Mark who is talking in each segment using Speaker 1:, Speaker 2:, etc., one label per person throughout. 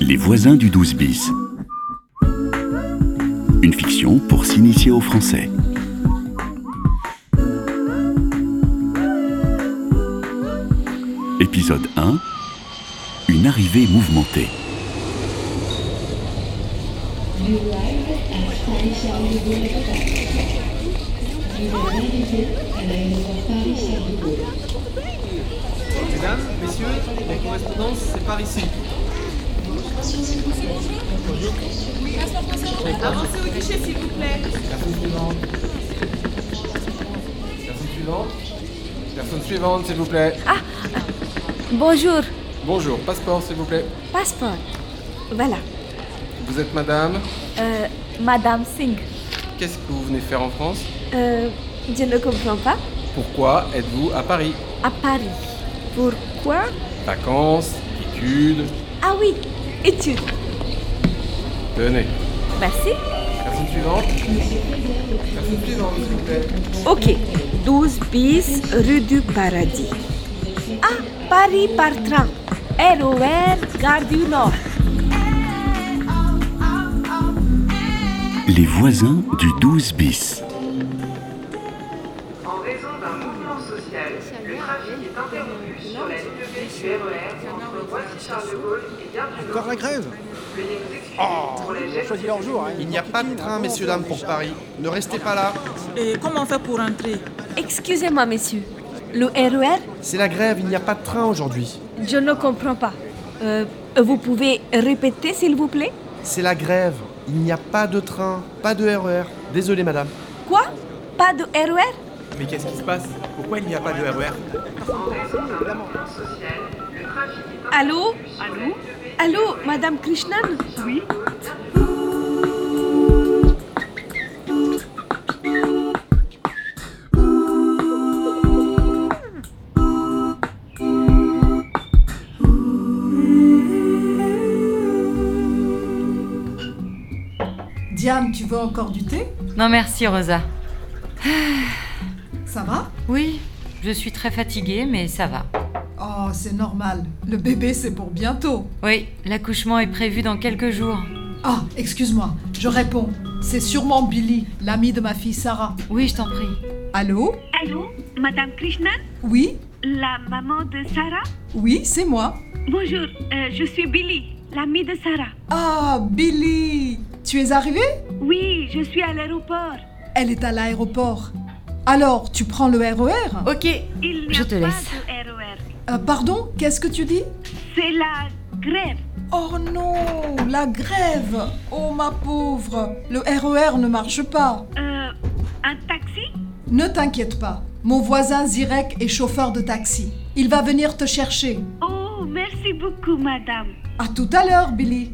Speaker 1: Les voisins du 12 bis. Une fiction pour s'initier au français. Épisode 1. Une arrivée mouvementée.
Speaker 2: Mesdames, messieurs, la correspondance, c'est par ici.
Speaker 3: Avancez au guichet, s'il vous plaît.
Speaker 2: Personne suivante. Personne suivante. Personne suivante, s'il vous plaît.
Speaker 4: Bonjour,
Speaker 2: Bonjour, passeport, s'il vous plaît.
Speaker 4: passeport. Voilà,
Speaker 2: Vous êtes madame.
Speaker 4: Euh, Madame Singh.
Speaker 2: Qu'est-ce que vous venez faire en France
Speaker 4: Euh, je ne comprends pas.
Speaker 2: Pourquoi êtes-vous à Paris
Speaker 4: À Paris. Pourquoi
Speaker 2: Vacances, études.
Speaker 4: Ah oui, études.
Speaker 2: Tenez.
Speaker 4: Merci.
Speaker 2: Personne suivante. Personne suivante, s'il vous plaît.
Speaker 4: Ok, 12 bis rue du Paradis. Ah, Paris par train. ROR, Gare du Nord.
Speaker 1: Les voisins du 12 bis.
Speaker 5: En raison d'un mouvement social, le trafic est interrompu sur la ligne B du RER entre Boissy-Charles de Gaulle et Gare du Nord.
Speaker 6: Encore la grève
Speaker 5: Veuillez vous excuser pour les gestes
Speaker 6: Choisis leur jour. hein.
Speaker 7: Oh. Il n'y a pas de train, messieurs, dames, pour Paris. Ne restez pas là.
Speaker 3: Et comment faire pour entrer
Speaker 4: Excusez-moi, messieurs. Le ROR,
Speaker 7: C'est la grève, il n'y a pas de train aujourd'hui.
Speaker 4: je ne comprends pas. Euh, vous pouvez répéter, s'il vous plaît
Speaker 7: C'est la grève. Il n'y a pas de train, pas de RER. Désolé, madame.
Speaker 4: Quoi Pas de ROR
Speaker 2: Mais qu'est-ce qui se passe Pourquoi il n'y a pas de E RER
Speaker 4: Allô Allô Allô, Madame Krishnan Oui.
Speaker 8: Diane, tu veux encore du thé
Speaker 9: Non merci Rosa.
Speaker 8: Ça va
Speaker 9: Oui, je suis très fatiguée mais ça va.
Speaker 8: Oh, c'est normal. Le bébé, c'est pour bientôt.
Speaker 9: Oui, l'accouchement est prévu dans quelques jours.
Speaker 8: Ah, excuse-moi, je réponds. C'est sûrement Billy, l'ami de ma fille Sarah.
Speaker 9: Oui, je t'en prie.
Speaker 8: Allô
Speaker 10: Allô, Madame Krishnan,
Speaker 8: Oui
Speaker 10: la maman de Sarah
Speaker 8: Oui, c'est moi.
Speaker 10: Bonjour, euh, je suis Billy, l'amie de Sarah.
Speaker 8: Ah, Billy Tu es arrivée
Speaker 10: Oui, je suis à l'aéroport.
Speaker 8: Elle est à l'aéroport. Alors, tu prends le RER
Speaker 9: Ok,
Speaker 10: Il n'y
Speaker 9: Je
Speaker 10: a
Speaker 9: te
Speaker 10: pas
Speaker 9: laisse.
Speaker 10: de RER.
Speaker 8: Euh, Pardon, qu'est-ce que tu dis
Speaker 10: C'est la grève.
Speaker 8: Oh non, la grève Oh ma pauvre Le RER ne marche pas.
Speaker 10: Euh, un taxi
Speaker 8: Ne t'inquiète pas, mon voisin Zirek est chauffeur de taxi. Il va venir te chercher.
Speaker 10: Oh, merci beaucoup, madame.
Speaker 8: À tout à l'heure, Billy.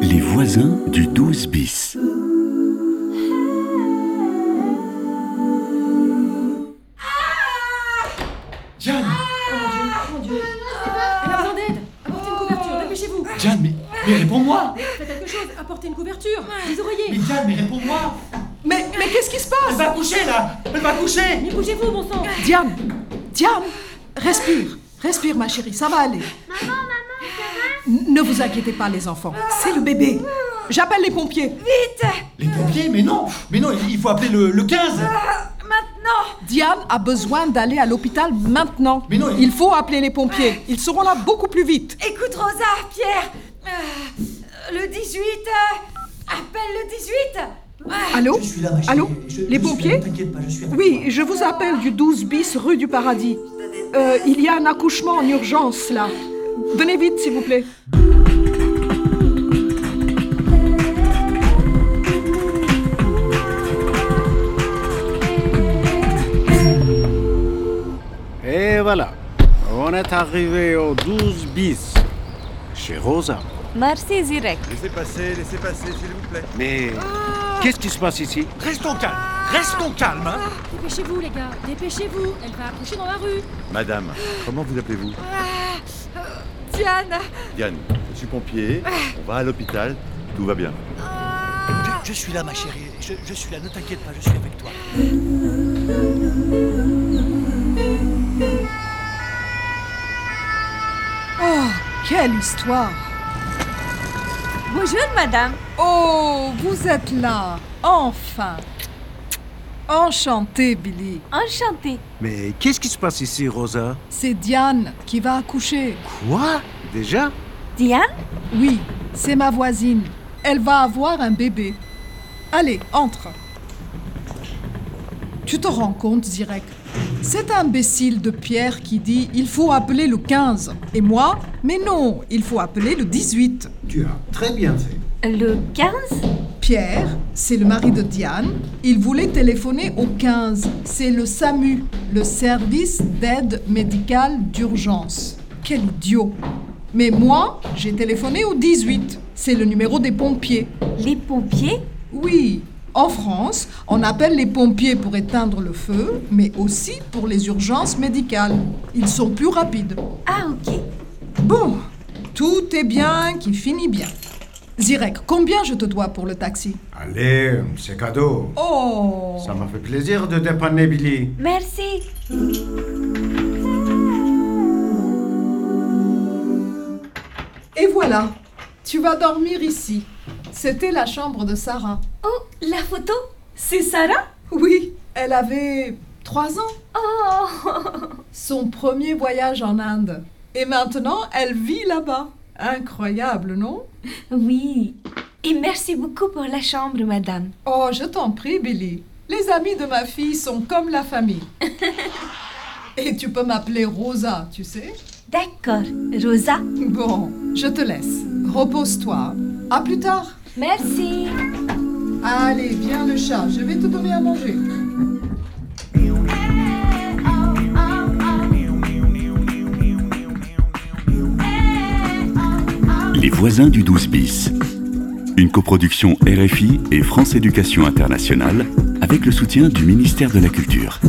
Speaker 1: Les voisins du 12 bis.
Speaker 11: Jeanne
Speaker 3: Elle a besoin d'aide Apportez une couverture, dépêchez-vous
Speaker 11: Jeanne, mais, mais réponds-moi
Speaker 3: Faites quelque chose, apportez une couverture Des
Speaker 11: Mais
Speaker 3: oreillers
Speaker 11: Jeanne, mais réponds-moi
Speaker 8: Mais, mais qu'est-ce qui se passe
Speaker 11: Elle va coucher, là Elle va coucher
Speaker 3: Mais bougez-vous, bon sang
Speaker 8: Diane Diane Respire Respire, ma chérie, ça va aller. Maman, maman, ça va Ne vous inquiétez pas, les enfants. C'est le bébé. J'appelle les pompiers.
Speaker 11: Les pompiers, mais non Mais non, il- il faut appeler le, le 15
Speaker 8: Diane a besoin d'aller à l'hôpital maintenant.
Speaker 11: Mais non,
Speaker 8: il...
Speaker 11: il-
Speaker 8: faut appeler les pompiers. Ils seront là beaucoup plus vite.
Speaker 4: Écoute Rosa, Ah, Pierre, euh, le 18, euh, appelle le 18.
Speaker 8: Allô
Speaker 11: Je suis là, ma chérie.
Speaker 8: Allô
Speaker 11: Je-
Speaker 8: Les
Speaker 11: je suis là,
Speaker 8: pompiers
Speaker 11: T'inquiète pas, je suis avec
Speaker 8: Oui, je vous appelle du 12 bis rue du Paradis. Euh, il y a un accouchement en urgence là. Venez vite, s'il vous plaît.
Speaker 12: Et voilà, on est arrivé au 12 bis, chez Rosa.
Speaker 4: Merci Zirek.
Speaker 12: Mais qu'est-ce qui se passe ici
Speaker 11: toi. Restons calmes Restons calmes, hein
Speaker 3: Dépêchez-vous, les gars, dépêchez-vous Elle va accoucher dans la rue Ah, euh,
Speaker 12: Madame, comment vous appelez-vous
Speaker 4: Diane,
Speaker 12: Diane, je suis pompier, on va à l'hôpital, tout va bien.
Speaker 11: je, je suis là, ma chérie. Je, je suis là, ne t'inquiète pas, je suis avec toi.
Speaker 8: Oh Quelle histoire
Speaker 4: Bonjour, madame.
Speaker 8: Oh, vous êtes là, enfin. Enchantée, Billy.
Speaker 4: Enchantée.
Speaker 12: Mais qu'est-ce qui se passe ici, Rosa
Speaker 8: C'est Diane qui va accoucher.
Speaker 12: Quoi Déjà
Speaker 4: Diane
Speaker 8: Oui, c'est ma voisine. Elle va avoir un bébé. Allez, entre. Tu te rends compte, Zirek Cet imbécile de Pierre qui dit il faut appeler le 15. Et moi Mais non, il faut appeler le 18.
Speaker 6: Tu as très bien fait.
Speaker 4: Le 15
Speaker 8: Pierre, c'est le mari de Diane. Il voulait téléphoner au 15. C'est le SAMU, le service d'aide médicale d'urgence. Quel idiot Mais moi, j'ai téléphoné au 18. C'est le numéro des pompiers.
Speaker 4: Les pompiers
Speaker 8: Oui. En France, on appelle les pompiers pour éteindre le feu, mais aussi pour les urgences médicales. Ils sont plus rapides.
Speaker 4: Ah, ok.
Speaker 8: Bon, tout est bien qui finit bien. Zirek, combien je te dois pour le taxi
Speaker 6: Allez, c'est cadeau.
Speaker 8: Oh
Speaker 6: Ça m'a fait plaisir de dépanner Billy.
Speaker 4: Merci.
Speaker 8: Et voilà, tu vas dormir ici. C'était la chambre de Sarah.
Speaker 4: Oh, la photo C'est Sarah
Speaker 8: Oui, elle avait trois ans.
Speaker 4: Oh
Speaker 8: Son premier voyage en Inde. Et maintenant, elle vit là-bas. Incroyable, non
Speaker 4: Oui. Et merci beaucoup pour la chambre, madame.
Speaker 8: Oh, je t'en prie, Billy. Les amis de ma fille sont comme la famille. Et tu peux m'appeler Rosa, tu sais
Speaker 4: D'accord, Rosa.
Speaker 8: Bon, je te laisse. Repose-toi. À plus tard.
Speaker 4: Merci.
Speaker 8: Allez, viens le chat, je vais te donner à manger.
Speaker 1: Les voisins du 12 bis. Une coproduction RFI et France Éducation Internationale avec le soutien du ministère de la Culture.